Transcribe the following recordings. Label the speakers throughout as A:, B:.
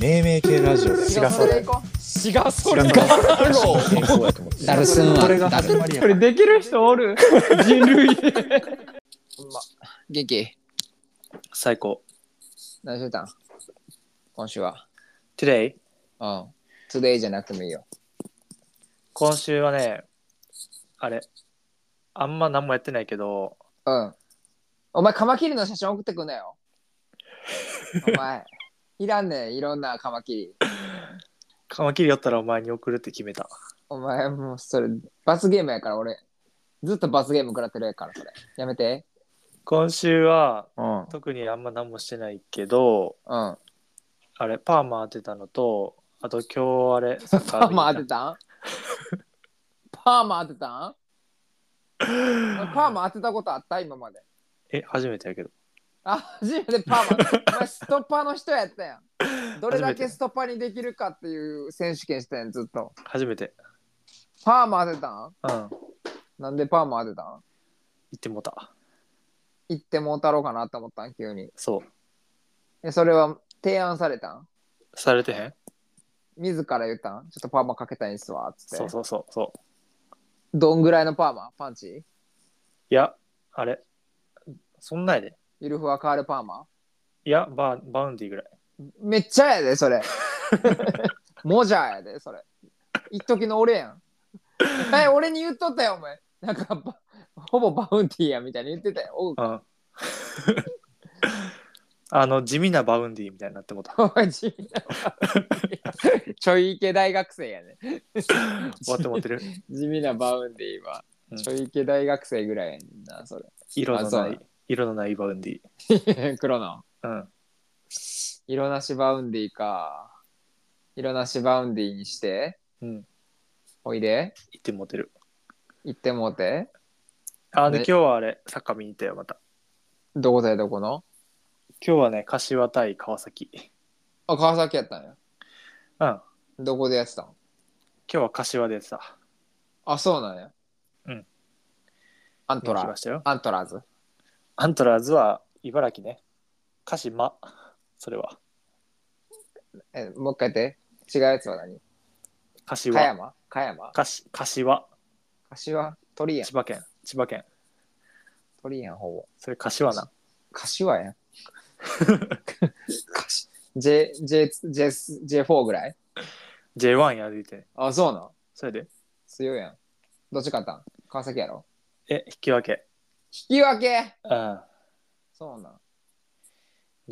A: 命名系ラジオだよ
B: 違うそれ行こ
C: 違うそれ
A: 違う
C: ガーロー
A: 健康やと思って
D: ダルスン
B: これが
D: はダ
B: 始
D: ル
B: まりや
E: これできる人おる人類で。
D: 元気
E: 最高。
D: 何してたん今週は
E: Today?
D: うんトゥデイじゃなくてもいいよ
E: 今週はね、あれ、あんま何もやってないけど、
D: うんお前カマキリの写真送ってくんなよお前いらんねんいろんなカマキリ
E: カマキリ寄ったらお前に送るって決めた。
D: お前もうそれ罰ゲームやから俺ずっと罰ゲーム食らってるやからそれやめて
E: 今週は
D: うんうん
E: 特にあんま何もしてないけど、
D: パ
E: あれ、パーマ当てたのと、あと今日あ れ、サッカー
D: ーマ当て たんパーマ当てたんパーマ当てたことあった今まで
E: え、初めてやけど。
D: あ、初めてパーマ。お前ストッパーの人やったやん。どれだけストッパーにできるかっていう選手権したやん、ずっと。
E: 初めて。
D: パーマ当てたん
E: うん。行
D: なんでパーマ当てたん
E: ってもうた。
D: 行ってもうたろうかなって思ったん、急に。
E: そう。
D: え、それは提案されたん
E: されてへん
D: 自ら言ったんちょっとパーマかけたいんすわ、つって。
E: そうそうそうそう。
D: どんぐらいのパーマパンチ
E: いや、あれ、そんないで。
D: ゆるふわ変わるパーマ
E: いや、バーバウンディぐらい。
D: めっちゃやで、それ。もじゃやで、それ。一時の俺やん。え、俺に言っとったよ、お前。なんかば、ほぼバウンティーやみたいに言ってたよ。おう
E: うん。 あの、地味なバウンディみたいになってもうた。
D: おい地味なちょいイケ大学生やね。
E: 終わってもって る。
D: 地味なバウンディーは
E: う。ん
D: ちょいイケ大学生ぐらいやねんな、そ
E: 色の
D: あそ
E: な
D: う
E: い、色のないバウンディ。
D: れ。 黒の。
E: うん。
D: 色なしバウンディーか。色なしバウンディーにして、
E: うん。
D: おいで、
E: 行ってもってる。
D: 行ってもうて。
E: あ、で、
D: ね
E: 今日はあれ、サッカー見に行ったよ、また。
D: どこだよ、どこの
E: 今日はね、柏対川崎。
D: あ、川崎やったんや。
E: うん。今
D: どこでやってたん
E: 日は柏でさ、
D: あ、そうなんや。
E: うん。
D: アン
E: 見
D: ト
E: に
D: ラ
E: 来ましたよ。
D: アントラーズ。
E: アントラーズは茨城ね。鹿島。それは。
D: え、もう一回言って。違うやつは何
E: 柏。
D: 加山加山
E: かし柏。
D: 柏鳥やん
E: 千。葉県。千葉県。
D: 鳥やん、ほぼ。
E: それ柏な。
D: 柏 やん。柏 J、J、J、J4 ぐらい
E: J1 やでいて。
D: あ、そうなん。
E: それで。
D: 強いやん。どっち勝ったん川崎やろ
E: え、引き分け。
D: 引き分け
E: うん。
D: そうなん。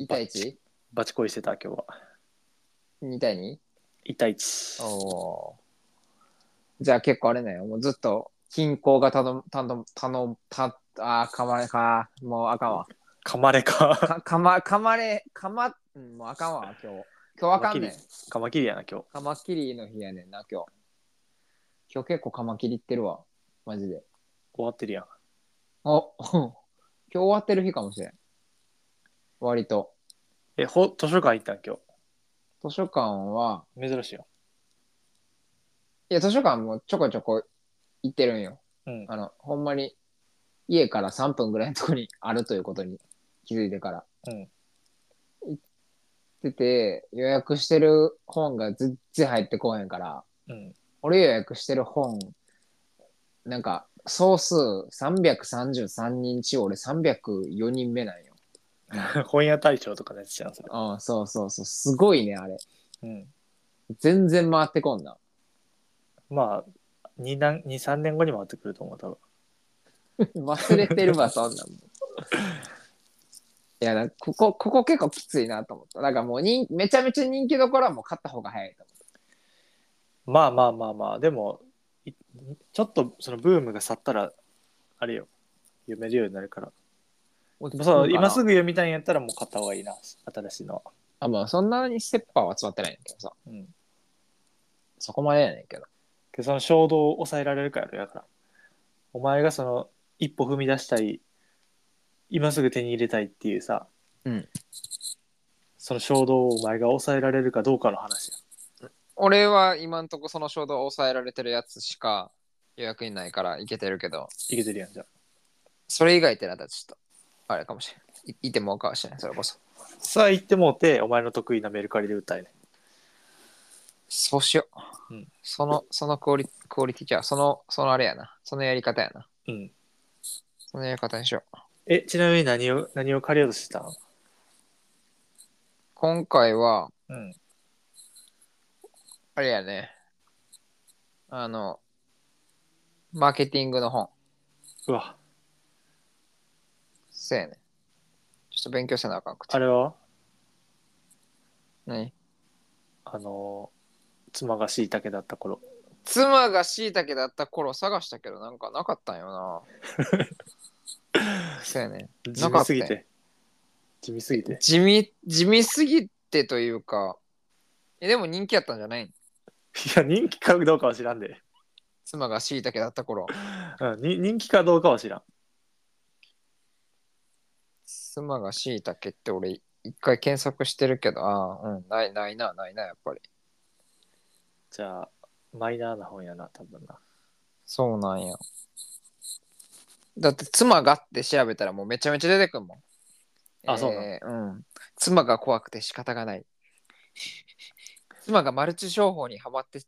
D: 2対 1?2
E: バチ恋してた、今日は。
D: 対 2?
E: 1対1。
D: おーじゃあ結構あれだよ。もうずっと均衡が頼む、頼む、頼む、た、あー、かまれか。もうあかんわ。
E: 噛まれか。
D: か、かま、かまれ、かま、うん、もうあかんわ、今日。今日あかんねん。
E: カマキリやな、今日。
D: カマキリの日やねんな、今日。今日結構カマキリってるわ。マジで。
E: 終わってるやん。
D: お今日終わってる日かもしれん。割と。
E: え、ほ図書館行ったん、今
D: 図書館は、
E: 日。珍しいよ。
D: いや、図書館もちょこちょこ行ってるんよ。
E: うん。
D: あの、ほんまに、家から3分ぐらいのとこにあるということに気づいてから。
E: うん
D: 行ってて、予約してる本が全然入ってこへんから、
E: うん。
D: 俺予約してる本、なんか、総数333人中、俺304人目なんよ。
E: 本屋大賞とかのやつじゃん、それ。
D: うん、そうそうそう。すごいね、あれ。
E: うん。
D: 全然回ってこんな。
E: まあ、2、何二3年後に回ってくると思う、多分。
D: 忘れてるわ、そんなんもん。いやな、ここ、ここ結構きついなと思った。なんかもう人、めちゃめちゃ人気どころはもう勝った方が早いと思
E: まあまあまあまあ、でも、いちょっとそのブームが去ったら、あれよ、読めるようになるから。
D: う。
E: そう、今す
D: ぐ。
E: ぐ読みたいんやったらもう買った方がいいな、新しいのは。
D: あ、まあそんなにステッパーは集まってないんだけどさ。
E: うん。
D: そこまでやねんけど。
E: けどその衝動を抑えられるからやから。お前がその、一歩踏み出したい、今すぐ手に入れたいっていうさ、
D: うん
E: その衝動をお前が抑えられるかどうかの話や。
D: 俺は今んとこその衝動を抑えられてるやつしか予約にないからいけてるけど、
E: いけてるやん、じゃあ
D: それ以外ってなったらちょっと、あれかもしれん。いいてもおかもしれない、それこそ。
E: さあ行ってもうて、お前の得意なメルカリで歌えね。
D: そうしよう。
E: うん
D: その、そのクオリクオリティじゃう、その、そのあれやな。そのやり方やな。
E: うん。
D: そのやり方にしよう。
E: え、ちなみに何を、何を借りようとしてたの
D: 今回は、
E: うん。
D: あれやね。あの、マーケティングの本。
E: うわ、
D: せやね。ちょっと勉強せなあかんくて
E: あ。れは
D: 何
E: あのー、妻が椎茸だった頃。
D: 妻が椎茸だった頃探したけど、なんかなかったん よな。せやね。
E: 地
D: なか
E: 味
D: った
E: すぎて。地味すぎて。
D: 地味、地味すぎてというか、え、でも人気やったんじゃない
E: いや、人気かどうかは知らんで。
D: 妻が椎茸だった頃。
E: うん、に人気かどうかは知らん。
D: 妻がしいたけって俺一回検索してるけどああうんないないなないなやっぱり
E: じゃあ、マイナーな本やな、多分な。
D: そうなんやだって妻がって調べたらもうめちゃめちゃ出てくるもん
E: あそうなの
D: えーうん妻が怖くて仕方がない妻がマルチ商法にはまって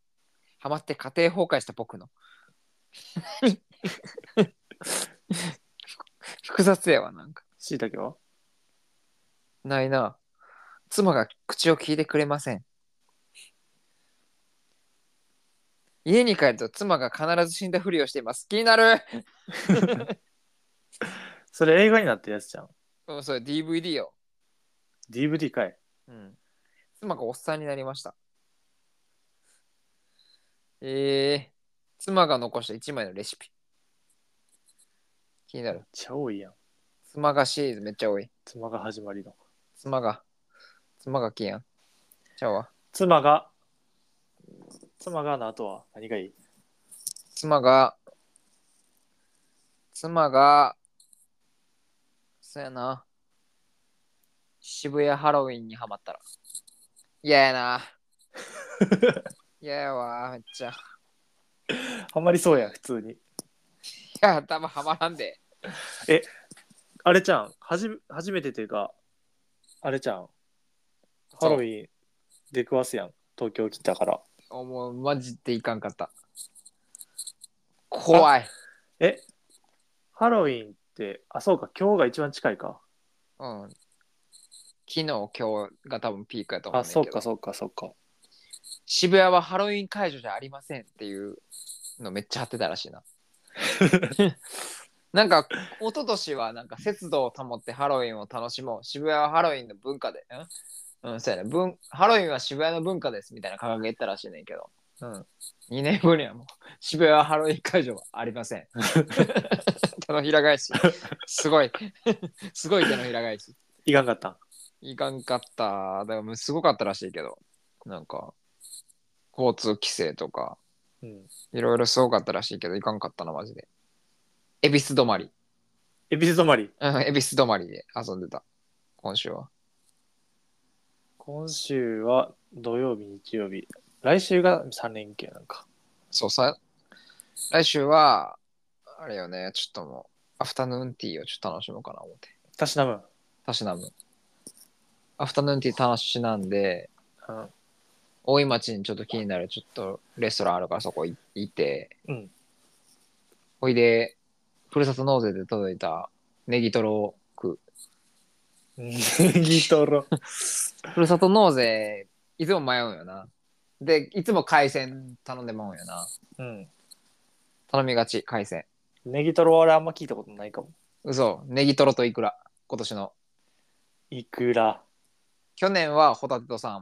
D: はまって家庭崩壊した僕の 複雑やわなんか
E: 椎茸は
D: ないな。妻が口を聞いてくれません。家に帰ると妻が必ず死んだふりをしています。気になる、
E: それ映画になってるやつじゃん。
D: うん、それ DVD よ、
E: DVD かい。
D: うん。妻がおっさんになりました。えー、妻が残した1枚のレシピ。気になる。
E: めっちゃ多いやん。
D: 妻がシリーズめっちゃ多い。
E: 妻が始まりの。
D: 妻が、妻がきやん。ちゃうわ。
E: 妻が、妻がの後は何がいい
D: 妻が、妻が、そうやな。渋谷ハロウィンにハマったら。嫌やな。嫌やわ、めっちゃ。い
E: ハマりそうやん、普通に。
D: や、多分ハマらんで。
E: あれちゃん、はじめ初めてっていうか、あれちゃん、ハロウィン出くわすやん、東京来たから。
D: おもう、マジでいかんかった。怖い。
E: えハロウィンって、あ、そうか、今日が一番近いか。
D: うん。昨日、今日が多分ピークやと思う
E: あ、
D: ねん
E: そう
D: けど。
E: か、そうか、そうか。
D: 渋谷はハロウィン会場じゃありませんっていうのめっちゃ貼ってたらしいな。 なんか一昨年はなんか節度を保ってハロウィンを楽しもう渋谷はハロウィンの文化でんうんそうやね文ハロウィンは渋谷の文化ですみたいな掲げてたらしいねんけど、うん、2年後にはもう渋谷はハロウィン会場はありません 手のひら返しすごい すごい手のひら返し
E: いかんかったん。
D: いかんかった。だからもうすごかったらしいけど、なんか、交通規制とか、
E: うん。
D: いろいろすごかったらしいけど、いかんかったな、マジで。恵比寿止まり。
E: エビス止まり。
D: うん、恵比寿止まりで遊んでた、今週は。
E: 今週は土曜日、日曜日。来週が3連休なんか。
D: そうさ、来週は、あれよね、ちょっともう、アフタヌーンティーをちょっと楽しもうかな、思って。
E: たしなむ。
D: たしなむ。アフタヌーンティー楽しなんで、
E: うん。
D: 大井町にちょっと気になるちょっとレストランあるからそこいいて、
E: うん
D: ほいでふるさと納税で届いたネギトロを食
E: ギトロ。
D: うふるさと納税いつも迷うんよなでいつも海鮮頼んでまうんよな
E: うん。
D: 頼みがち海鮮
E: ネギトロは俺あんま聞いたことないかも。
D: 嘘ネギトロとイクラ今年の
E: いくら。
D: 去年はホタテとサー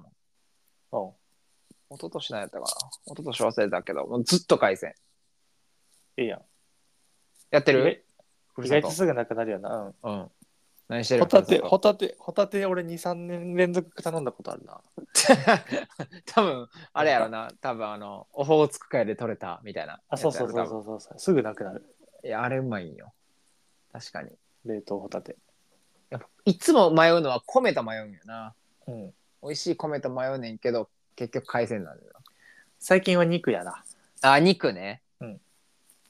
D: モン
E: うん。
D: 一昨年何やったかな一昨年忘れたけどもうずっと海鮮
E: ええやん。
D: やってる
E: え
D: ふる
E: 意
D: さ
E: 外と
D: と
E: すぐなくなるよな。うん
D: うん何してる
E: ホタ
D: ふ
E: テ、
D: るさと
E: ホタテ、ホタテ俺2、3年連続頼んだことあるな。
D: 多分あれやろな多分あのオホーツク海で取れたみたいな
E: あ、そうそうそう
D: う
E: そうそうそう。すぐなくなる。
D: いやあれうまいんよ確かに
E: 冷凍ホタテ。
D: やっぱいつも迷うのは米と迷うんよな
E: うん。
D: 美味しい米と迷うねんけど結局海鮮なんだよ
E: 最近は肉やな。
D: なあ肉ね、
E: うん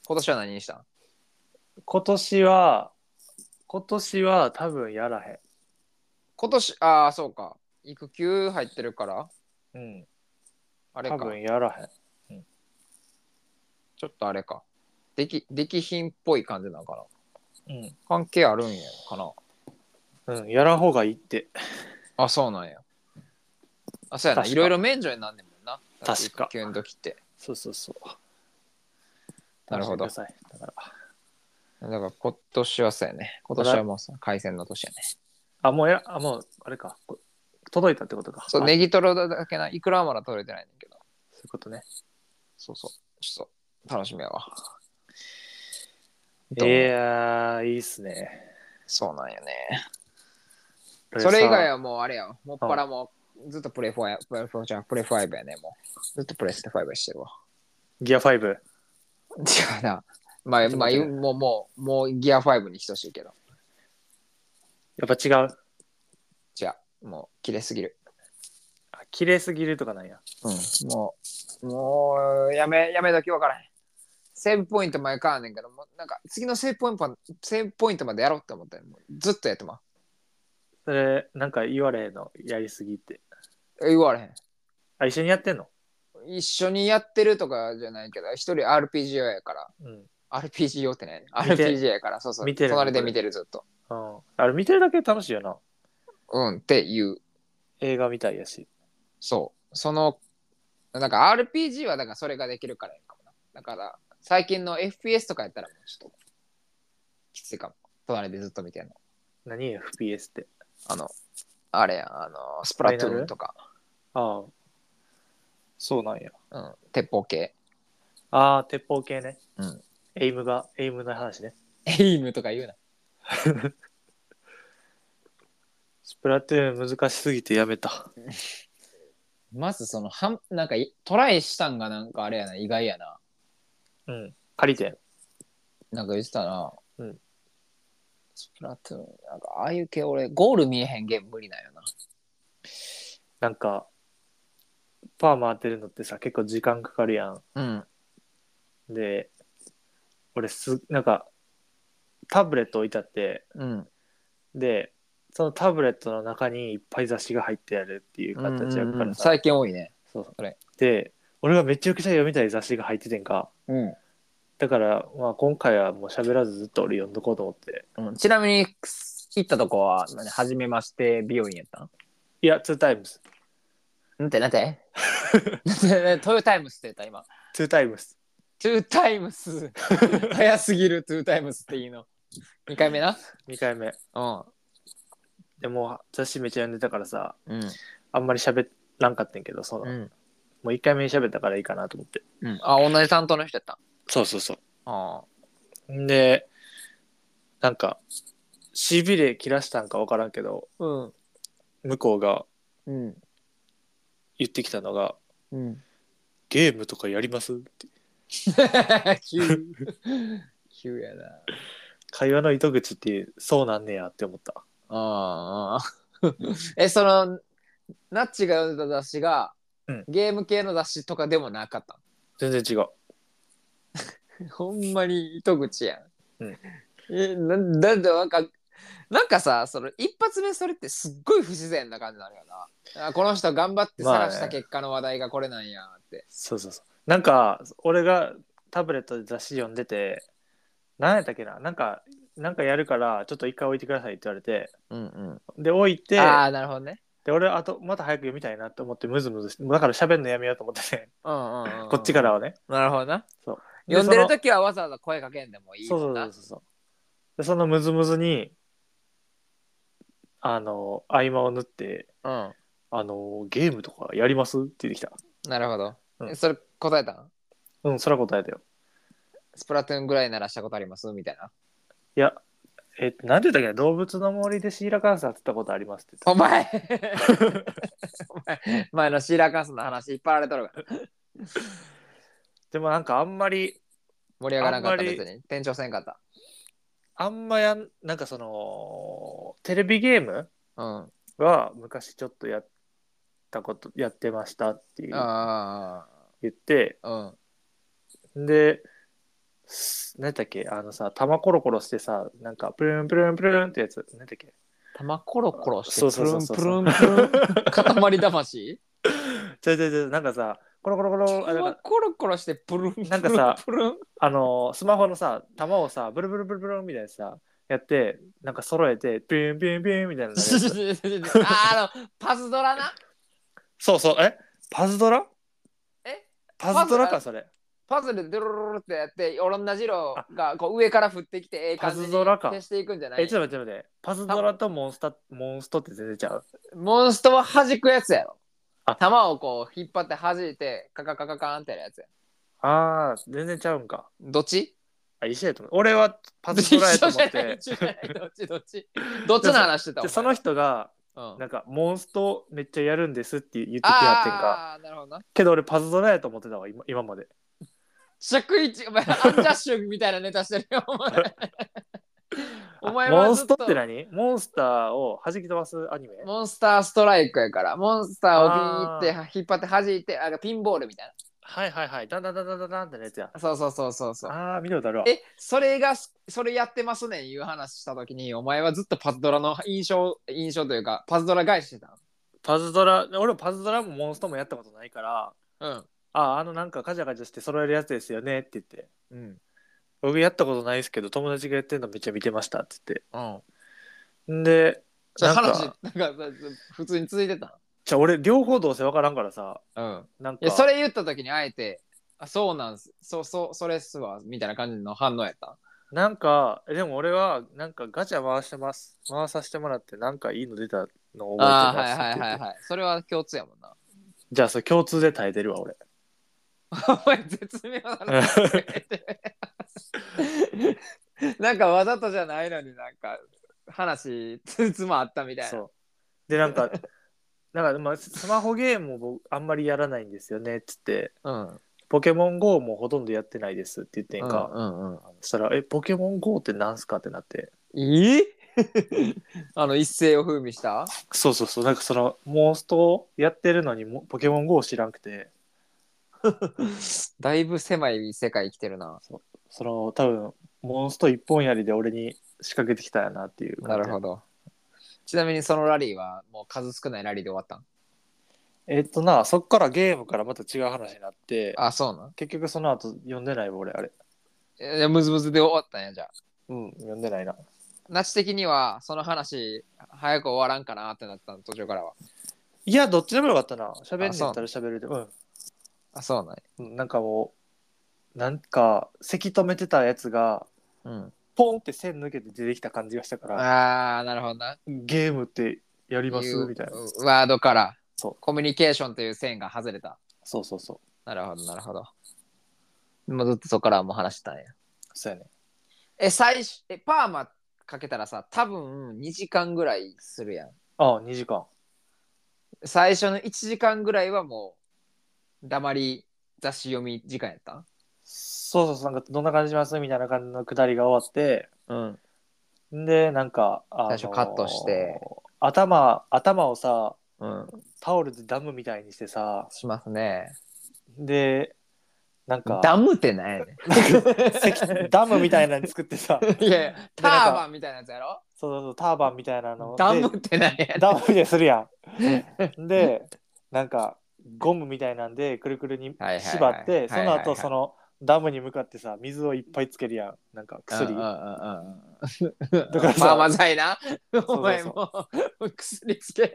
D: 今年は何にしたん
E: 今年は、今年は多分やらへ
D: 今年ああそうか育休入ってるから
E: ん。うん。
D: あれ
E: 多
D: か。
E: 分やらへん。
D: ちょっとあれか。でき、できひんっぽい感じなのかな。
E: うん
D: 関係あるんやかな。
E: うん、やらん方がいいって。
D: あ、そうなんや。あ、そうやな。
E: 確
D: い
E: か
D: ろいろ免除になんねんもんな。
E: 確か
D: 育休の時って。
E: そうそうそう。
D: なるほど
E: 楽しんでくださいだから
D: だから今年はそうやね。今年はもうさ、海鮮の年やね。
E: あ、もうや、あ、もう、あれか。こ届いたってことか。
D: そう、
E: あ
D: ネギトロだけな。いくらはまだ取れてないねんだけど。
E: そういうことね。
D: そうそう。ちょっと、楽しみやわ。
E: いやー、いいっすね。
D: そうなんよね。それ以外はもうあれやわ。もっぱらもう、ずっとプレイフォーや、プレイフォーじゃん、プレイファイブやね、もう。ずっとプレイステファイブしてるわ。
E: ギア
D: 違
E: 5。
D: うな。まあ、まあ、もう、もう、もうギア5に等しいけど。
E: やっぱ違う。
D: じゃあ、もう、綺麗すぎる。
E: あ綺麗すぎるとかなんや。
D: うん。もう、もう、やめ、やめときわからへん。セーブポイント前からねんけど、もうなんか、次のセーブポイントま、セーブポイントまでやろうって思ったよ。もうずっとやってま
E: それ、なんか言われへんの。やりすぎって。
D: う。言われへん。
E: あ、一緒にやってんの
D: 一緒にやってるとかじゃないけど、一人 RPG やから。
E: うん。
D: RPG 用ってないね。
E: 見て
D: RPG やから、そうそう。
E: 見てる
D: 隣で見てるずっと。
E: うん。あれ見てるだけで楽しいよな。
D: うんっていう。
E: 映画みたいやし。
D: そう。その、なんか RPG はだからそれができるからやかもな。だから、最近の FPS とかやったらもうちょっと、きついかも。隣でずっと見てんの。
E: 何 ?FPS って。
D: あの、あれやん、あの、スプラトゥーンとか、
E: ああ。そうなんや。
D: うん、鉄砲系。
E: ああ、鉄砲系ね。
D: うん。
E: エイムが、エイムの話ね。
D: エイムとか言うな。
E: スプラトゥーン難しすぎてやめた。
D: まずその、はんなんかい、トライしたんがなんかあれやな、意外やな。
E: うん。借りてん。
D: なんか言ってたな。
E: うん。
D: スプラトゥーン、なんかああいう系俺、ゴール見えへんゲーム無理なんよな。
E: なんか、パーマ当てるのってさ、結構時間かかるやん。
D: うん。
E: で、俺す、なんか、タブレット置いてあって、
D: うん。
E: で、そのタブレットの中にいっぱい雑誌が入ってあるっていう形や
D: うんうん
E: か
D: うん
E: らさ、
D: 最近多いね。
E: そうそう
D: それ
E: で、俺がめちゃくちゃ読みたい雑誌が入っててんか。
D: うん。
E: だから、まあ今回はもう喋らずずっと俺読んどこうと思って。
D: うん、ちなみに行ったとこは何初めまして美容院やった
E: いや、ツータイムス。
D: んなんてなん てなんてなんてトヨタイムスって言った今
E: ツータイムス。
D: トゥータイムス早すぎるトゥータイムスっていいの2回目な
E: 2回目。
D: うん
E: でも雑誌めっちゃ読んでたからさ、
D: うん
E: あんまり喋らんかったんけど、その、
D: うん、
E: もう1回目に喋ったからいいかなと思って。
D: うん、あ同じ担当の人やったん
E: そうそうそう。
D: あ
E: んでなんかしびれ切らしたんか分からんけど
D: あうん
E: 向こうが
D: うん
E: 言ってきたのが
D: うん
E: 「ゲームとかやります?」って
D: 急急やな
E: 会話の糸口ってそうなんねやって思った
D: ああえそのナッチが読んだ雑誌が、
E: うん
D: ゲーム系の雑誌とかでもなかったん
E: 全然違う
D: ほんまに糸口やん。
E: うん
D: えなんだってなんかなんかさその一発目それってすっごい不自然な感じになるよな。あこの人頑張って
E: まあね
D: 探した結果の話題がこれなんやって。
E: そうそうそうなんか俺がタブレットで雑誌読んでて何やったっけななんかなんかやるからちょっと一回置いてくださいって言われて
D: うん
E: で置いて
D: ああなるほどね。
E: で俺あとまた早く読みたいなと思ってムズムズしてだから喋るのやめようと思ってね
D: うんうん、うん。。
E: こっちかららはね
D: なるほどな。
E: そう
D: 読んでる
E: その
D: 時はわざわざ声かけんでもいい
E: そう
D: も
E: そ
D: ん
E: う
D: な。
E: そうそうでそのムズムズにあの合間を縫ってあのゲームとかやりますって言ってきた
D: うん。なるほど。
E: うん
D: えそれ答えたん
E: うんそら答えたよ
D: スプラトゥーンぐらいならしたことありますみたいな。
E: いやえっとなんて言ったっけ動物の森でシーラカンスやってたことありますって言
D: お
E: って
D: 前 お前前のシーラカンスの話引っ張られとるから
E: たでもなんかあんまり
D: 盛り上がらなかった
E: あんまり
D: 別に店長せんかった。
E: あんまやんなんかそのテレビゲーム
D: うん。
E: は昔ちょっとやったことやってましたっていう
D: あ
E: 言って
D: あ。うん。
E: で、す何だっけあのさ、玉コロコロしてさ、なんか、プルンプルンプルンってやつ、何だっけ
D: 玉コロコロして
E: そうそうそうそう
D: プルンプルンプルン。塊魂
E: ちょいちょいちょい、なんかさ、コロコロコロあだから
D: コロコロしてプルン
E: なんかさ
D: プルンプルン
E: あのスマホのさ球をさブルブルブルブルみたいなさやってなんか揃えてピュンピュンピュンみたいなのやるやつ
D: ああのパズドラな
E: そうそうえパズドラ
D: え
E: パズドラかそれ
D: パズルでドロロロロってやって同じ色がこう上から降ってきてええ感じ
E: パ
D: に
E: ズドラか
D: 消していくんじゃない
E: えちょっと待って待ってパズドラとモンスタモンストって全然ちゃう
D: モンストは弾くやつやろ
E: あ
D: 弾をこう引っ張って弾いてカカカカカーンってやるやつや
E: あー全然ちゃうんか
D: どっち
E: あ一緒やと思う俺はパズドラやと思って
D: 一緒じゃないどっちどっちどっちの話してた
E: でその人が
D: うん
E: なんかモンストめっちゃやるんですって言ってきはってんか
D: ああーなるほどな
E: けど俺パズドラやと思ってたわ今今まで
D: 尺一お前アンジャッシュみたいなネタしてるよお前 お前
E: モ
D: は
E: ン
D: ず
E: ス
D: っと
E: トって何モンスターを弾き飛ばすアニメ
D: モンスターストライクやからモンスターをビーって引っ張って弾いてあピンボールみたい
E: はいはいはいダンダンダンダンダンダンってやつや
D: なそうそうそうそうそう
E: ああ見たことあるわ
D: えそれがそれやってますねんいう話した時にお前はずっとパズドラの印象印象というかパズドラ返してた
E: パズドラ俺もパズドラもモンストもやったことないから
D: の
E: あああのなんかカチャカチャして揃えるやつですよねって言って
D: うんうん
E: 僕やったことないですけど友達がやってるのめっちゃ見てましたって言
D: うん
E: ってんで
D: それ
E: なんか
D: 話なんか普通に続いてた
E: じゃあ俺両方どうせ分からんからさ
D: のうん
E: なんか
D: いやそれ言った時にあえてあそうなんすそうそうそれっすわみたいな感じの反応やった
E: なんかでも俺はなんかガチャ回してます回させてもらってなんかいいの出たのを覚
D: あ
E: え
D: あは
E: てま
D: い
E: すって言
D: は
E: って
D: いはいはいそれは共通やもんな
E: じゃあそれ共通で耐えてるわ俺
D: お前絶妙な話 なんかわざとじゃないのになんか話つつもあったみたいな
E: そうでなんか なんか、まあ、スマホゲームを僕あんまりやらないんですよねっつって
D: うん
E: 「ポケモン GO もほとんどやってないです」って言ってんか、
D: うんうんうん
E: そしたら「えポケモン GO ってなんすか?」ってなって
D: え あの一世を風靡した
E: そうそうそうなんかそのモンストやってるのにもポケモン GO を知らんくて
D: だいぶ狭い世界生きてるな。
E: その多分モンスト一本やりで俺に仕掛けてきたんやなっていう
D: なるほど。ちなみにそのラリーはもう数少ないラリーで終わったん
E: えっとなそっからゲームからまた違う話になって
D: あ、そうなん
E: 結局その後読んでないわ俺あれ
D: えムズムズで終わったんやじゃあ。
E: うん読んでないな
D: ナチ的にはその話早く終わらんかなってなったの途中からは。
E: いやどっちでもよかったな喋んねやったら喋るでうん
D: あ、そうなんや
E: うんなんかもうなんかせき止めてたやつが
D: うん。
E: ポンって線抜けて出てきた感じがしたから
D: あー、なるほどな。
E: ゲームってやります
D: う
E: みたいな
D: ワードから
E: そう
D: コミュニケーションという線が外れた。
E: そうそうそう
D: なるほど、なるほど。もうずっとそこからはもう話してたんや。
E: そうやね
D: え、最初、え、パーマかけたらさ、多分2時間ぐらいするやん。
E: ああ2時間
D: 最初の1時間ぐらいはもう、黙り雑誌読み時間やった
E: そうそうそうなんかどんな感じしますみたいな感じのくだりが終わって
D: うん。
E: んでなんかあの
D: 最初カットして
E: 頭頭をさ
D: うん。
E: タオルでダムみたいにしてさ
D: しますね。
E: でなんか
D: ダムってなんやね
E: せきダムみたいなの作ってさ
D: ん。 いやいや、タ
E: なんか
D: ーバンみたいなやつやろ
E: そうそうそうターバンみたいなの
D: ダ
E: で
D: ムってなんや
E: ダムみたいにするや ん。でなんかゴムみたいなんでくるくるに
D: はいはいはい
E: 縛って
D: は
E: そ
D: いは
E: の
D: いは
E: 後
D: い
E: そのダムに向かってさ水をいっぱいつけるやんなんか薬。
D: うんうん
E: だ
D: うんうん。
E: から
D: パーマ
E: さ
D: 剤な。
E: う
D: お前もう薬つけ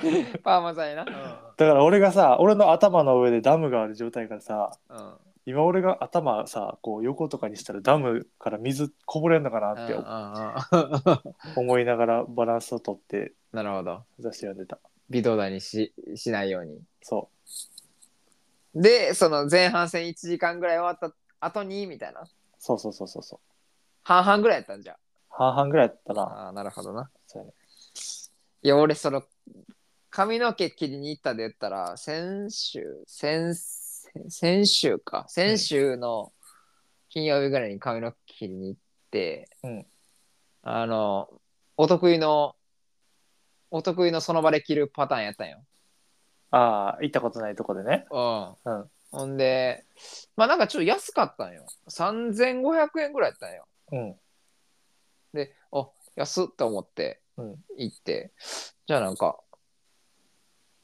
D: へんね ん。パーマ剤な。
E: だから俺がさ俺の頭の上でダムがある状態からさ
D: うんうん。
E: 今俺が頭さこう横とかにしたらダムから水こぼれんのかなって
D: うんうんうん
E: 思いながらバランスをとって
D: なるほど。
E: 雑誌読んでた
D: 微動だにししないように。
E: そ
D: で、その前半戦1時間ぐらい終わった後に、みたいな。
E: うそうそうそうそうそう
D: 半々ぐらいやったんじゃ。
E: 半々ぐらいやったな
D: ああー、なるほどな。
E: そうやね
D: いや、俺、その、髪の毛切りに行ったで言ったら、先週、先、先先週か。先週の金曜日ぐらいに髪の毛切りに行って、
E: うん
D: あの、お得意の、お得意のその場で切るパターンやったんよ。
E: ああ行ったことないとこでね
D: うん。
E: うん
D: ほんで、まあなんかちょっと安かったんよ。3500円ぐらいやったんよ。
E: うん
D: で、あ安っと思って
E: うん
D: 行って、じゃあなんか、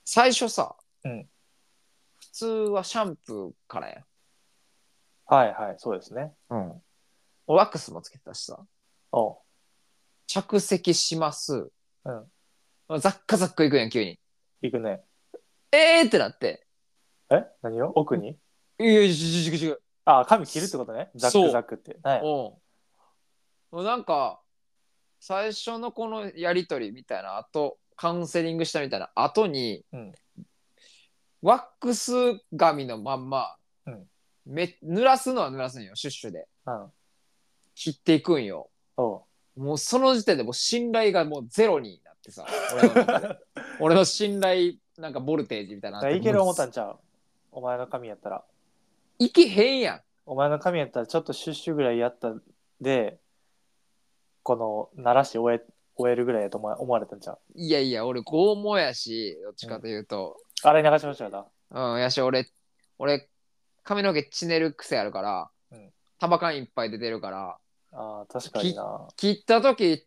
D: 最初さ、
E: うん
D: 普通はシャンプーからや。
E: はいはい、そうですね。
D: うん。俺ワックスもつけてたしさ。
E: おう
D: 着席します。
E: うん。
D: ザッカザックいくやん、急に。
E: 行くね。
D: えーってなって。
E: え何を奥に
D: いやいや、違う違う違う。
E: あ、髪切るってことね。ザッ
D: そう
E: クザックって。はい。
D: うん。なんか、最初のこのやりとりみたいな、あと、カウンセリングしたみたいな後に、
E: うん
D: ワックス髪のまんま、
E: うん
D: め濡らすのは濡らすんよ、シュッシュで。
E: うん。
D: 切っていくんよ。
E: おう
D: もうその時点でもう信頼がもうゼロになってさ、俺の中 で俺の信頼、なんかボルテージみたいなのあって。
E: いける思ったんちゃうお前の髪やったら。
D: いけへんやん。
E: お前の髪やったらちょっとシュッシュぐらいやったで、この、鳴らして終え、終えるぐらいやと思わ思われたんちゃう
D: いやいや、俺、拷問やし、どっちかというと。
E: 洗い流しましょうよな。
D: うん、やし、俺、俺、髪の毛ちねる癖あるから、
E: うん
D: タバカンいっぱい出てるから、
E: あー確かにな。
D: 切った時、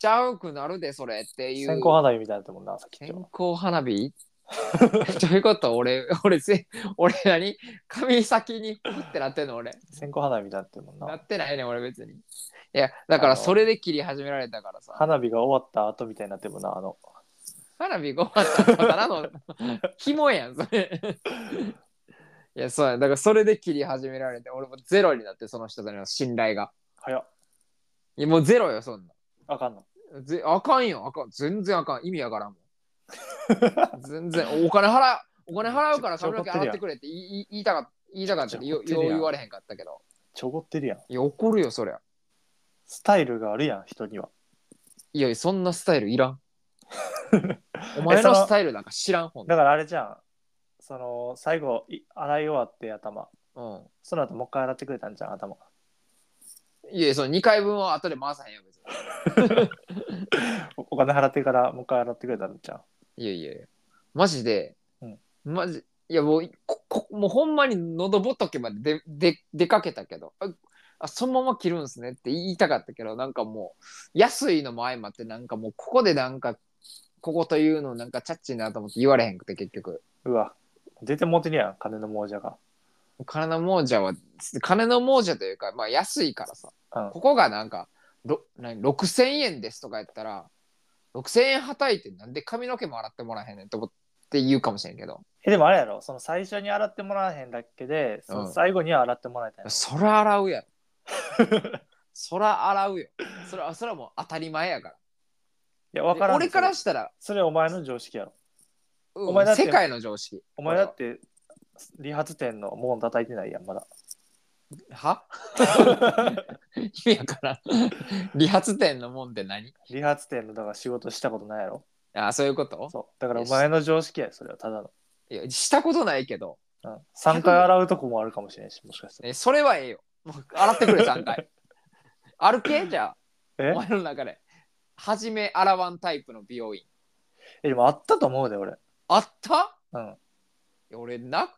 D: ちゃうくなるで、それっていう。
E: 線香花火みたいになってもんな、さっき
D: 線
E: と。
D: 香花火 どういうこと俺、俺、せ俺何髪先にふってなってんの俺。
E: 線香花火みたいになってるもん
D: な
E: な。
D: ってないね、俺別に。いや、だからそれで切り始められたからさ。
E: 花火が終わった後みたいになってるもんな、あの。
D: 花火ご飯だったらの紐やんそれいやそうやだからそれで切り始められて俺もゼロになってその人との信頼が
E: 早っ。
D: いやもうゼロよそん
E: あかんの。
D: なぜあかんよあかん全然あかん意味わからんも ん全然お金払うお金払うから髪の毛洗ってくれって言い言いたか言いたかったけどよ
E: めっちゃ怒
D: よう
E: ってるやん
D: 言われへんかったけど
E: ちょごってるやん。
D: いや怒るよそりゃ
E: スタイルがあるやん、人には。
D: いやいやそんなスタイルいらん お前のスタイルなんか知らんほんと
E: だからあれじゃん。その、最後、い洗い終わって頭。
D: うん
E: その後もう一回洗ってくれたんじゃん、頭。
D: いやいやその2回分は後で回さへんよ別に
E: おお金払ってからもう一回洗ってくれたんじゃん。
D: いやいやいや、マジで、
E: うん
D: マジ、いやもう、ここもうほんまに喉仏まででで出かけたけど、ああ、そのまま切るんすねって言いたかったけど、なんかもう、安いのも相まって、なんかもう、ここでなんか、ここというのなんかチャッチーなと思って言われへんくて、結局。
E: うわ。出てもうてるやん、金の亡者が。
D: 金の亡者は、金の亡者というか、まあ安いからさ、
E: うん
D: ここがなんか、ろ何6000円ですとか言ったら、6000円はたいてなんで髪の毛も洗ってもらえへんねんと思って言うかもしれんけど。
E: え、でもあれやろ、その最初に洗ってもらわへんだっけで、その最後には洗ってもらいたいの、
D: そら洗うやろ。 そら洗うよ。それはそれはもう当たり前やか
E: いや、
D: ら。
E: わからん。
D: 俺からしたら、
E: それお前の常識やろ。
D: うん
E: お前だって
D: 世界の常識。
E: お前だって、理髪店の門叩いてないやん、まだ。
D: は意味やからん。理髪店のもんって何
E: 理髪店の、だから仕事したことないやろ。
D: あそういうこと
E: そう。だからお前の常識や、それはただの。
D: いやしたことないけど、
E: うん、3回洗うとこもあるかもしれんし、もしかしたら。
D: えそれはええよ。もう洗ってくれ、3回。 ある系じゃあ、
E: え
D: お前の中で。はじめ洗わんタイプの美容院。
E: え、でもあったと思うで、俺。
D: あった
E: うん。
D: いや俺な、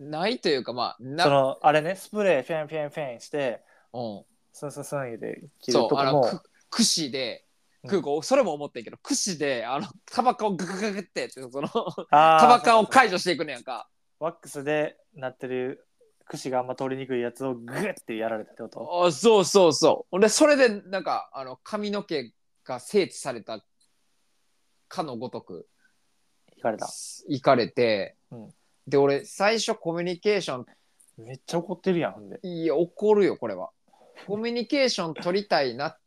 D: ないというか、まあ、な
E: そ、の、あれね、スプレー、フェンフェンフェンして、
D: うん、
E: スンスンスン言うて切る
D: そう、
E: とこ
D: あの、
E: も、
D: く櫛で、
E: うん
D: 空港、それも思ってんけど、櫛で、あの、タバカをググググって、その、
E: あー
D: タバカを解除していくねやんか。
E: ワックスでなってる櫛があんま取りにくいやつをグッてやられたってこと
D: あそうそうそう。ほんで、それで、なんか、あの、髪の毛が整地されたかのごとく、
E: 聞かれた。
D: 行かれて、
E: うん
D: で、俺、最初コミュニケーション、
E: めっちゃ怒ってるやん、ほんで。
D: いや、怒るよ、これは。コミュニケーション取りたいなっ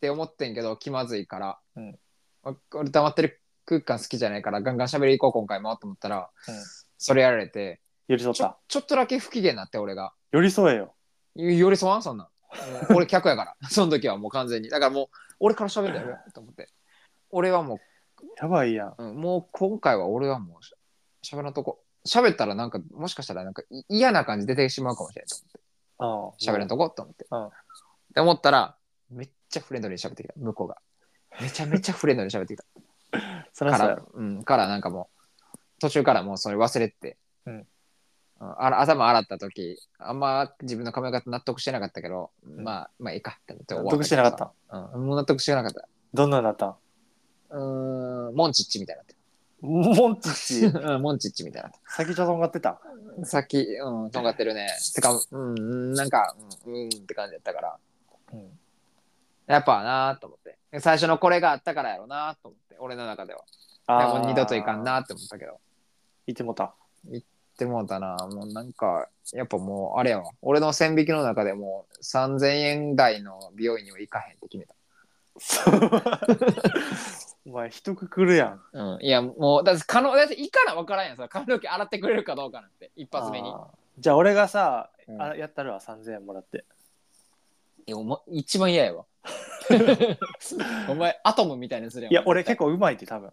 D: て思ってんけど、気まずいから。
E: うん
D: 俺俺黙ってる空間好きじゃないから、ガンガン喋り行こう、今回も、と思ったら、
E: うん
D: それやられて
E: 寄り添っ
D: ちょ
E: た。
D: ちょっとだけ不機嫌になって俺が
E: 寄り添えよ。
D: 寄り添わんそんなんもう俺客やからその時はもう完全にだからもう俺から喋るんだよと思って俺はも
E: やばいやん。
D: う、うん、もう今回は俺はもうしゃ喋らんとこ喋ったらなんかもしかしたらなんかい嫌な感じ出てしまうかもしれないと思って
E: うん。
D: 喋らんとこ、と思って、
E: うん
D: って思ったらめっちゃフレンドリーに喋ってきた向こうがめちゃめちゃフレンドリーに喋ってきた
E: そら
D: か
E: そうや
D: ら
E: ろ。、
D: うん、からなんかもう、途中からもうそれ忘れてて、
E: うん
D: うんあら頭洗った時、あんま自分の髪型納得してなかったけど、
E: ん
D: まあ、まあいいかって思って
E: 納得してなかっ。
D: ったたけどさ。うん、もう納得してなかった。
E: どんなんだったん
D: う ーん、モンチッチみたいになって。
E: モンチッチ、
D: うん、モンチッチみたいな。
E: 先ちょとんがってた。
D: さっき、うん、とんがってる ね。てか、うん、うんなんか、うん、うんって感じだったから。
E: うん、
D: やっぱなーと思って。最初のこれがあったからやろなと思って、俺の中では。 いやもう二度といかんなって思ったけど。
E: いてもた。
D: でもうたな、もうなんか、やっぱもう、あれやわ。俺の線引きの中でもう3000円台の美容院には行かへんって決めた。
E: お前、一くくるやん。
D: うん。いや、もう、だって、可能、だって、いいから分からんやん。その髪の毛洗ってくれるかどうかなんて、一発目に。
E: あー。じゃあ、俺がさ、
D: うん
E: あやったるわ、3000円もらって。
D: いや、お前、一番嫌やわ。 お前、アトムみたいにするやん。
E: いや、俺結構うまいって、多分。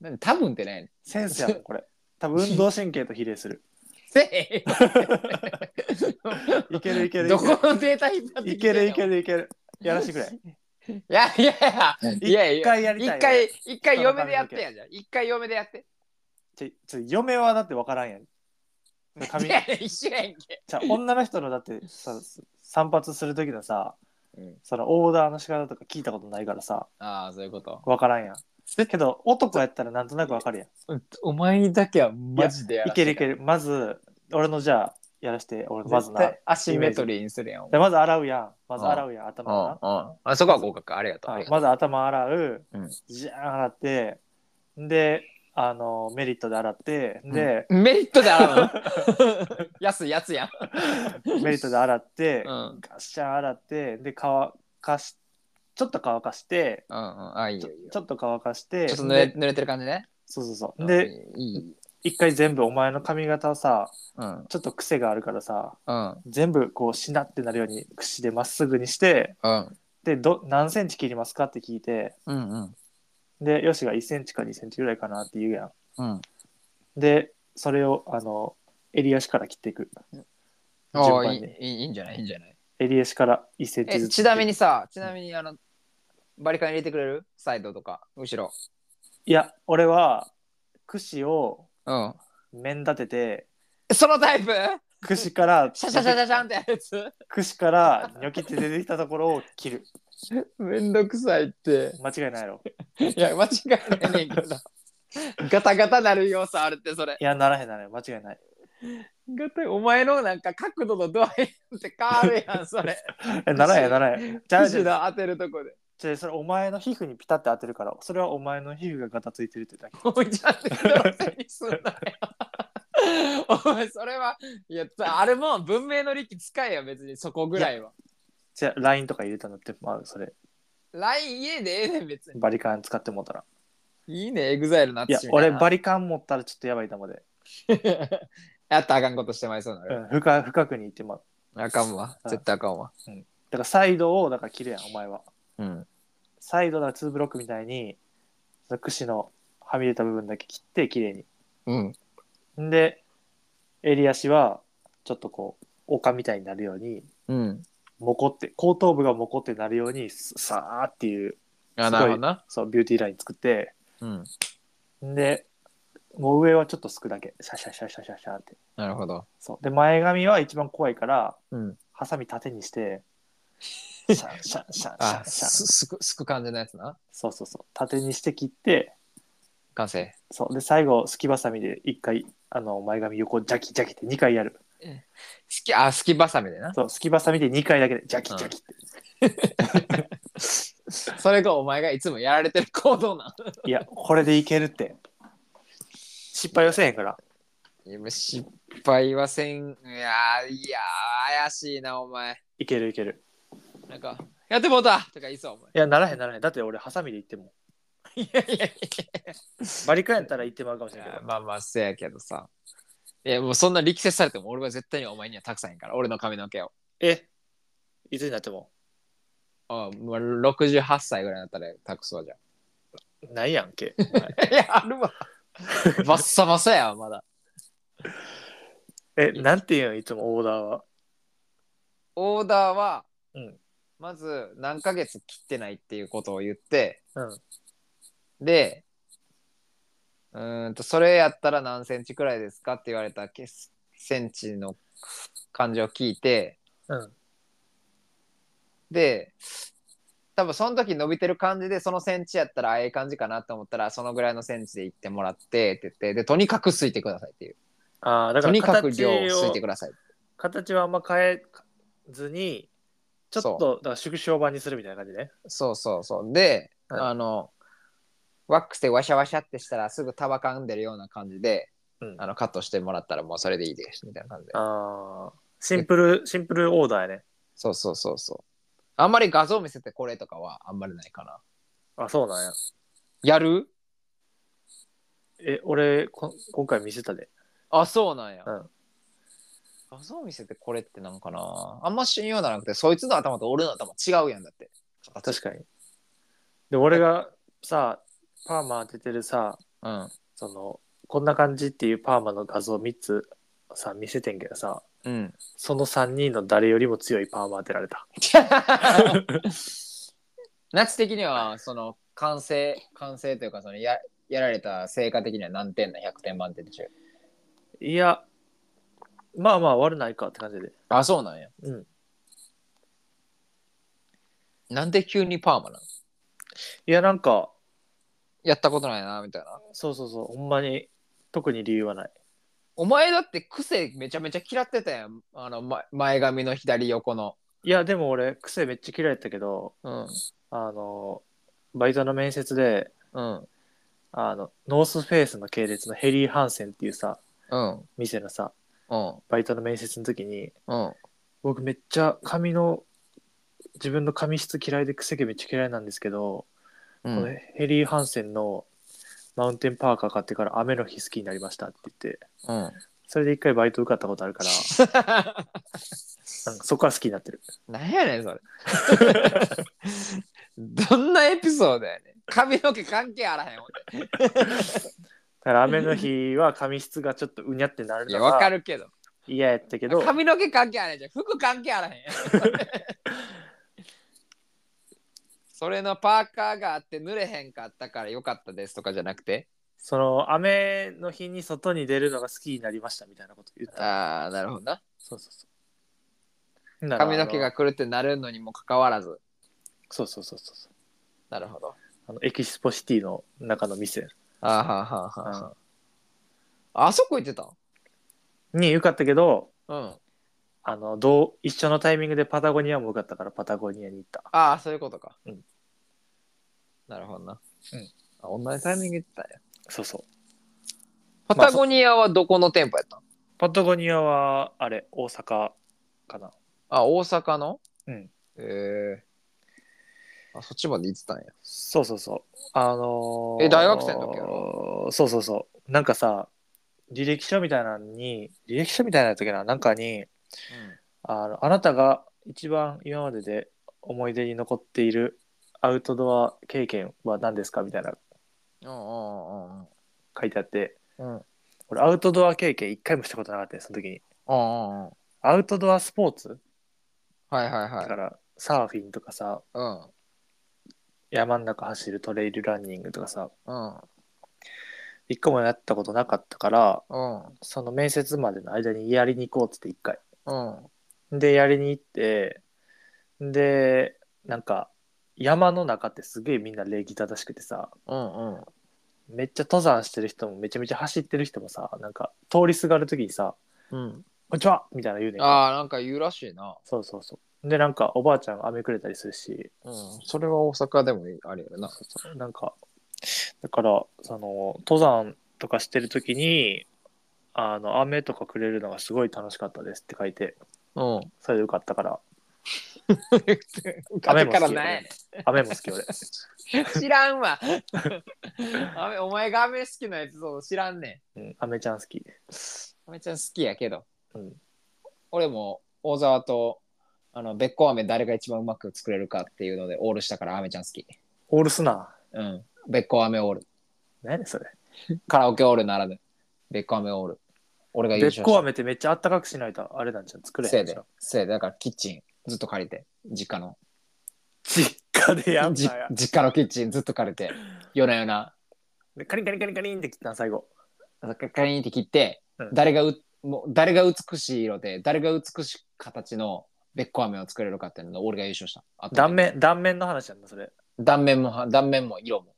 D: なんで多分ってね、
E: センスやもん、これ。多分、運動神経と比例する。
D: せえ
E: いけるいける いけ
D: ど
E: る。
D: このデータ引っ張ってきて
E: いけ
D: んの
E: るいけるいける。やらしてくれ。
D: いやいやいやい
E: 一
D: や
E: 回やりたい。
D: 一回一回嫁でやってやじゃん一回嫁でやって
E: ちょちょ嫁はだって分からんやん。髪
D: いや一緒やんけ
E: じゃあ女の人のだってさ散髪する時のさ、
D: うん
E: そのオーダーの仕方とか聞いたことないからさ
D: ああそういうこと
E: 分からんやん。けど男やったらなんとなく分かるやん。
D: お前だけはマジでや
E: いけるいけ
D: る
E: る。まず俺のじゃあやらして俺のま
D: ま
E: ず
D: ず
E: な。
D: アシンメトリーにするやんうんう
E: でまず洗うやん。まず洗うやん頭な。
D: んあそこは合格ありがとう
E: は
D: あ
E: い
D: り、が
E: まず頭洗う、
D: うん
E: じゃーん洗ってであのメリットで洗って
D: とう
E: で、
D: うんメリットで洗う の安いやつやん
E: メリットで洗って、
D: うん
E: ガッシャン洗ってで乾かしちょっと乾かして
D: うんうんあいい
E: ちょ
D: よいいよ
E: ちょっと乾かして
D: ちょっと濡れ
E: で
D: 濡れてる感じね
E: そうそうそうで
D: うんいい
E: 一回全部お前の髪型をさ
D: うん
E: ちょっと癖があるからさ
D: うん
E: 全部こうしなってなるように櫛でまっすぐにして
D: うん
E: でど何センチ切りますかって聞いて
D: うんうん
E: でよしが1センチか2センチぐらいかなって言うやん
D: うん
E: でそれをあの襟足から切っていく
D: ああい
E: 順番
D: い
E: に
D: いいいいんじゃないいいんじゃない
E: 襟足から1センチ
D: え
E: ずつ
D: ちなみにさちなみにあのバリカン入れてくれるサイドとか後ろ
E: いや俺は櫛を
D: うん
E: 面立てて
D: そのタイプ
E: 櫛から
D: シャシャシャシャシャンってやるやつ
E: 櫛 からニョキって出てきたところを切る
D: めんどくさいって
E: 間違いないやろ
D: いや間違い ないねんけどガタガタなる要素あるってそれ
E: いやならへんならへん間違いない
D: ガタお前のなんか角度の度合いって変わる やんそれ
E: えならへんならへんじゃあじ
D: 肘
E: ゃあ
D: の当てると こで
E: じゃあそれお前の皮膚にピタって当てるからそれはお前の皮膚がガタついてるってだけ
D: おいちゃんって人のせいにすんなよ お前それはいやあれも文明の利器使えよ別にそこぐらいは
E: じゃあ LINE とか入れたのってまあそれ
D: LINE 家でええ ねん別に
E: バリカン使ってもうたら
D: いいね、エグザイルの
E: いや
D: 淳みた
E: 俺
D: いな。
E: バリカン持ったらちょっとやばい玉で、
D: やったらあかんことしてまいそうな
E: う
D: る。
E: ん、深深くに行ってまう
D: あかんわ。絶対あかんわ。
E: だからサイドをだから切るやんお前は
D: うん。
E: サイドだから2ブロックみたいにその櫛のはみ出た部分だけ切って綺麗に
D: うん。
E: んで襟足はちょっとこう丘みたいになるように
D: うん。
E: モコって後頭部がモコってなるようにスさーっていう
D: あ、
E: すごい
D: なるほどな。
E: そうビューティーライン作って
D: うん。
E: んでもう上はちょっとすくだけシャシャシャシャシャシャって
D: なるほど。
E: そうで前髪は一番怖いから
D: うん。
E: ハサミ縦に してシャンシャンシャンシャ
D: あ
E: ン、シャン
D: すすく、すく感じのやつな。
E: そうそうそう縦にして切って
D: 完成。
E: そうで最後すきばさみで一回あの前髪横ジャキジャキって2回やる
D: すき、あ、すきばさみでな。
E: そうすきばさみで2回だけでジャキジャキって、
D: それがお前がいつもやられてる行動なん。
E: いやこれでいけるって失敗はせえへんから
D: いや失敗はせん。いやー、いやー、怪しいな、お前。
E: いけるいける
D: なんか、やってもうたとか言いそう、お前。
E: いやならへんならへんだって俺ハサミで行っても
D: いやい やいや。
E: バリカンやったら行ってもらうかもし
D: い
E: れない
D: や
E: けど
D: まあまあせやけどさいやもうそんな力説されても俺は絶対にお前にはたくさんやから俺の髪の毛を
E: えいつになっても
D: あもう68歳ぐらいになったらたくそうじゃ
E: ないやん け
D: んいやあるわバッサバサやわまだ
E: えなんていうのいつもオーダーは
D: オーダーは、
E: うん
D: まず何ヶ月切ってないっていうことを言って
E: うん
D: でうーんとそれやったら何センチくらいですかって言われたけセンチの感じを聞いて
E: うん
D: で多分その時伸びてる感じでそのセンチやったらああいう感じかなと思ったらそのぐらいのセンチでいってもらってって言ってでとにかくすいてくださいっていう
E: ああ、だか
D: とに
E: ら
D: かく量を
E: 形
D: すい
E: を
D: てください
E: 形はあんま変えずに、ちょっ
D: そう
E: とだから縮小版にするみたいな感じね。
D: そうそうそうで、
E: はい
D: あのワックスでワシャワシャってしたらすぐ束噛んでるような感じで
E: うん、
D: あのカットしてもらったらもうそれでいいですみたいな感じで
E: あーシンプル、シンプルオーダーやね。
D: そうそうそうそうあんまり画像見せてこれとかはあんまりないかな
E: あ、そうなんや。
D: やる
E: え、俺、こ今回見せたで。
D: あそうなんや、
E: うん
D: 画像見せてこれってなんかなあんま信用ならなくてそいつの頭と俺の頭違うやんだって
E: 確かに。で、俺がさ、パーマ当ててるさ、
D: うん
E: その、こんな感じっていうパーマの画像3つさ、見せてんけどさ、
D: うん、
E: その3人の誰よりも強いパーマ当てられた。
D: ナチ的にはその完成完成というかそのややられた成果的には何点な100点満点中
E: いや、まあまあ悪ないかって感じで。
D: あそうなんや
E: うん。
D: なんで急にパーマなの
E: いや、なんか、
D: やったことないなみたいな
E: そうそうそう、ほんまに特に理由はない。
D: お前だって癖めちゃめちゃ嫌ってたやんあの、ま、前髪の左横の
E: いや、でも俺、癖めっちゃ嫌いだったけど、
D: うん
E: あの、バイトの面接で、
D: うん
E: あの、ノースフェイスの系列のヘリー・ハンセンっていうさ、
D: うん
E: 店のさ、
D: うん
E: バイトの面接の時に、
D: うん
E: 僕めっちゃ髪の、自分の髪質嫌いで癖毛めっちゃ嫌いなんですけど、
D: う
E: このヘリー・ハンセンのマウンテンパーカー買ってから雨の日好きになりましたって言って、
D: ん
E: それで一回バイト受かったことあ るから、なんかそこから好きになってる。
D: なんやねんそれ どんなエピソードやねん髪の毛関係あらへんわ
E: だから雨の日は髪質がちょっとうにゃってなる
D: い
E: の
D: やわか
E: が
D: るけど
E: 嫌やったけど、
D: 髪の毛関係あらへんじゃん服関係あ らへんそれのパーカーがあって濡れへんかったからよかったですとかじゃなくて
E: その雨の日に外に出るのが好きになりましたみたいなこと言った。
D: ああなるほどな
E: そうそうそう。なら
D: 髪の毛
E: あ
D: が
E: の
D: くるってなるのにもかかわらず
E: そうそうそうそうそう。
D: なるほど
E: あのエキスポシティの中の店
D: あーはーはーはーはーあそこ行ってた
E: に受かったけど、
D: うん
E: あのどう一緒のタイミングでパタゴニアも受かったからパタゴニアに行った。
D: ああ、そういうことか。
E: うん
D: なるほどな。
E: うん
D: うん。あ、同じタイミングで行ってたんや。
E: そうそう。
D: パタゴニアはどこの店舗やったの
E: パタゴニアはあれ大阪かな。
D: あ、大阪の
E: うん。
D: ええあ、そっちまで行ってたんや。
E: そうそうそう。あのー
D: え大学生の時や
E: そうそうそう。なんかさ履歴書みたいなのに履歴書みたいな時ななんかに。あのあなたが一番今までで思い出に残っているアウトドア経験は何ですかみたいな
D: うん。うんうんうん
E: 書いてあって
D: うん。うん
E: 俺アウトドア経験一回もしたことなかったよその時に
D: うんうんうん。
E: アウトドアスポーツ
D: はいはい
E: だか
D: はい。
E: らサーフィンとかさ
D: うん。
E: 山ん中走るトレイルランニングとかさ
D: うん。
E: 一個もやったことなかったから
D: うん。
E: その面接までの間にやりに行こうっつって一回
D: うん。
E: でやりに行ってでなんか山の中ってすげえみんな礼儀正しくてさ、
D: うん。うん。
E: めっちゃ登山してる人もめちゃめちゃ走ってる人もさなんか通りすがる時にさ
D: うん。
E: 「こんにちは!」みたいな言うねん
D: ああ、なんか言うらしいな。
E: そうそうそうでなんかおばあちゃん飴くれたりするし
D: うん。それは大阪でもあるよな。
E: なんかだからその登山とかしてる時にあの飴とかくれるのがすごい楽しかったですって書いて
D: うん。
E: それでよかったから
D: 雨からないねん。
E: 飴も 好き俺
D: 知らん わ。雨お前が雨好きなエピソード知らんね
E: うん飴ちゃん好き
D: ん。めちゃん好きやけど。
E: うん
D: 俺も大沢とあのべっこう飴誰が一番うまく作れるかっていうのでオールしたから雨ちゃん好き。
E: オールスナ
D: うん。べっこう飴オール。
E: ー何やねんそれ
D: カラオケオールならぬ。べっこう飴オール。俺が優
E: べ
D: 勝
E: っこ飴ってめっちゃあったかくしないとあれなんじゃん作れ
D: せ
E: へ
D: い
E: んじ
D: で
E: ゃん。
D: せいで。だからキッチンずっと借りて。実家の。
E: 実家でやんな
D: じ
E: や
D: 実家のキッチンずっと借りて。夜な夜な。
E: でカリンカリンカリンカリンって切ったん最後
D: カリンって切って、
E: うん
D: 誰がうもう誰が美しい色で誰が美しい形のべっこ飴を作れるかっていうので俺が優勝した。あとね
E: 断面、断面の話なんだ、それ。
D: 断面もは、断面も色も。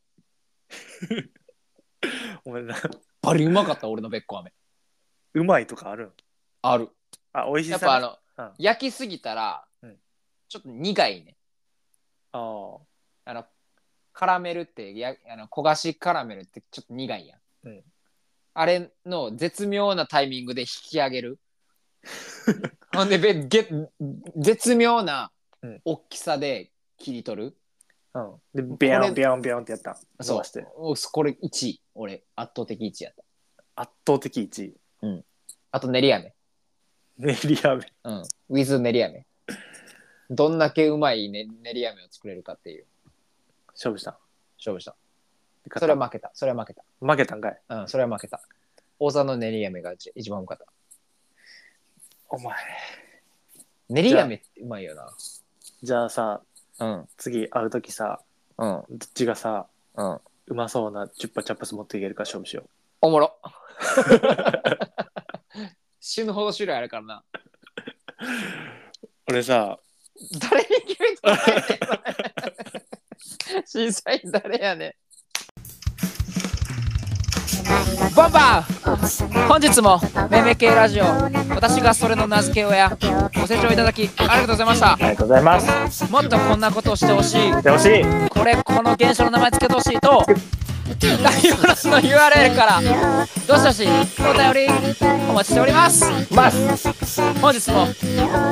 E: お前な、
D: バリうまかった、俺のべっこ飴。
E: うまいとかあるん
D: ある。
E: あ、美味し
D: や
E: さ
D: っ、ぱあ
E: ね。
D: の、
E: うん
D: 焼きすぎたら、
E: うん
D: ちょっと苦いね。
E: あー
D: あの、カラメルって、やあの焦がしカラメルってちょっと苦いやん。
E: うん
D: あれの絶妙なタイミングで引き上げる。 ほんでべげ、絶妙な
E: うん
D: 大きさで切り取る。
E: うん。で、ビ
D: こ
E: ヨ
D: れ
E: ンビヨンビヨンってやった。
D: そう
E: 伸ばして。
D: おこれ1位。俺、圧倒的1位やった。
E: 圧倒的1位。
D: あと練り飴。
E: 練り飴。
D: うん。ウィズ練り飴。どんだけうまい、ね、練り飴を作れるかっていう
E: 勝負した。
D: 勝負した。
E: 勝った
D: それは負けた。それは負けた。
E: 負けたんかい。
D: うん、それは負けた。大沢の練り飴がうち一番うまかった。
E: お前。
D: 練り飴ってうまいよ
E: じゃあさ、
D: な。
E: 次会うときさ、
D: うん、うん、
E: どっちがさ、
D: うん。
E: うまそうなチュッパチャップス持っていけるか勝負しよ
D: おもろ。死ぬほど種類あるからな。
E: う。俺さ、
D: 誰に決めたのやねん審査員誰やねんバンバン
A: 本日もめめ系ラジオ私がそれの名付け親ご清聴いただきありがとうございました
E: ありがとうございます。
A: もっとこんなことをしてほしい
E: で、ほしい。
A: これこの現象の名前つけてほしいと概要欄の URL からどしどしお便りお待ちしております
E: ます。
A: 本日も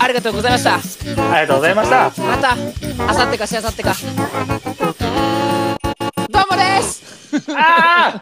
A: ありがとうございました
E: ありがとうございました。
A: またあさってかしあさってかどうもです
E: ああ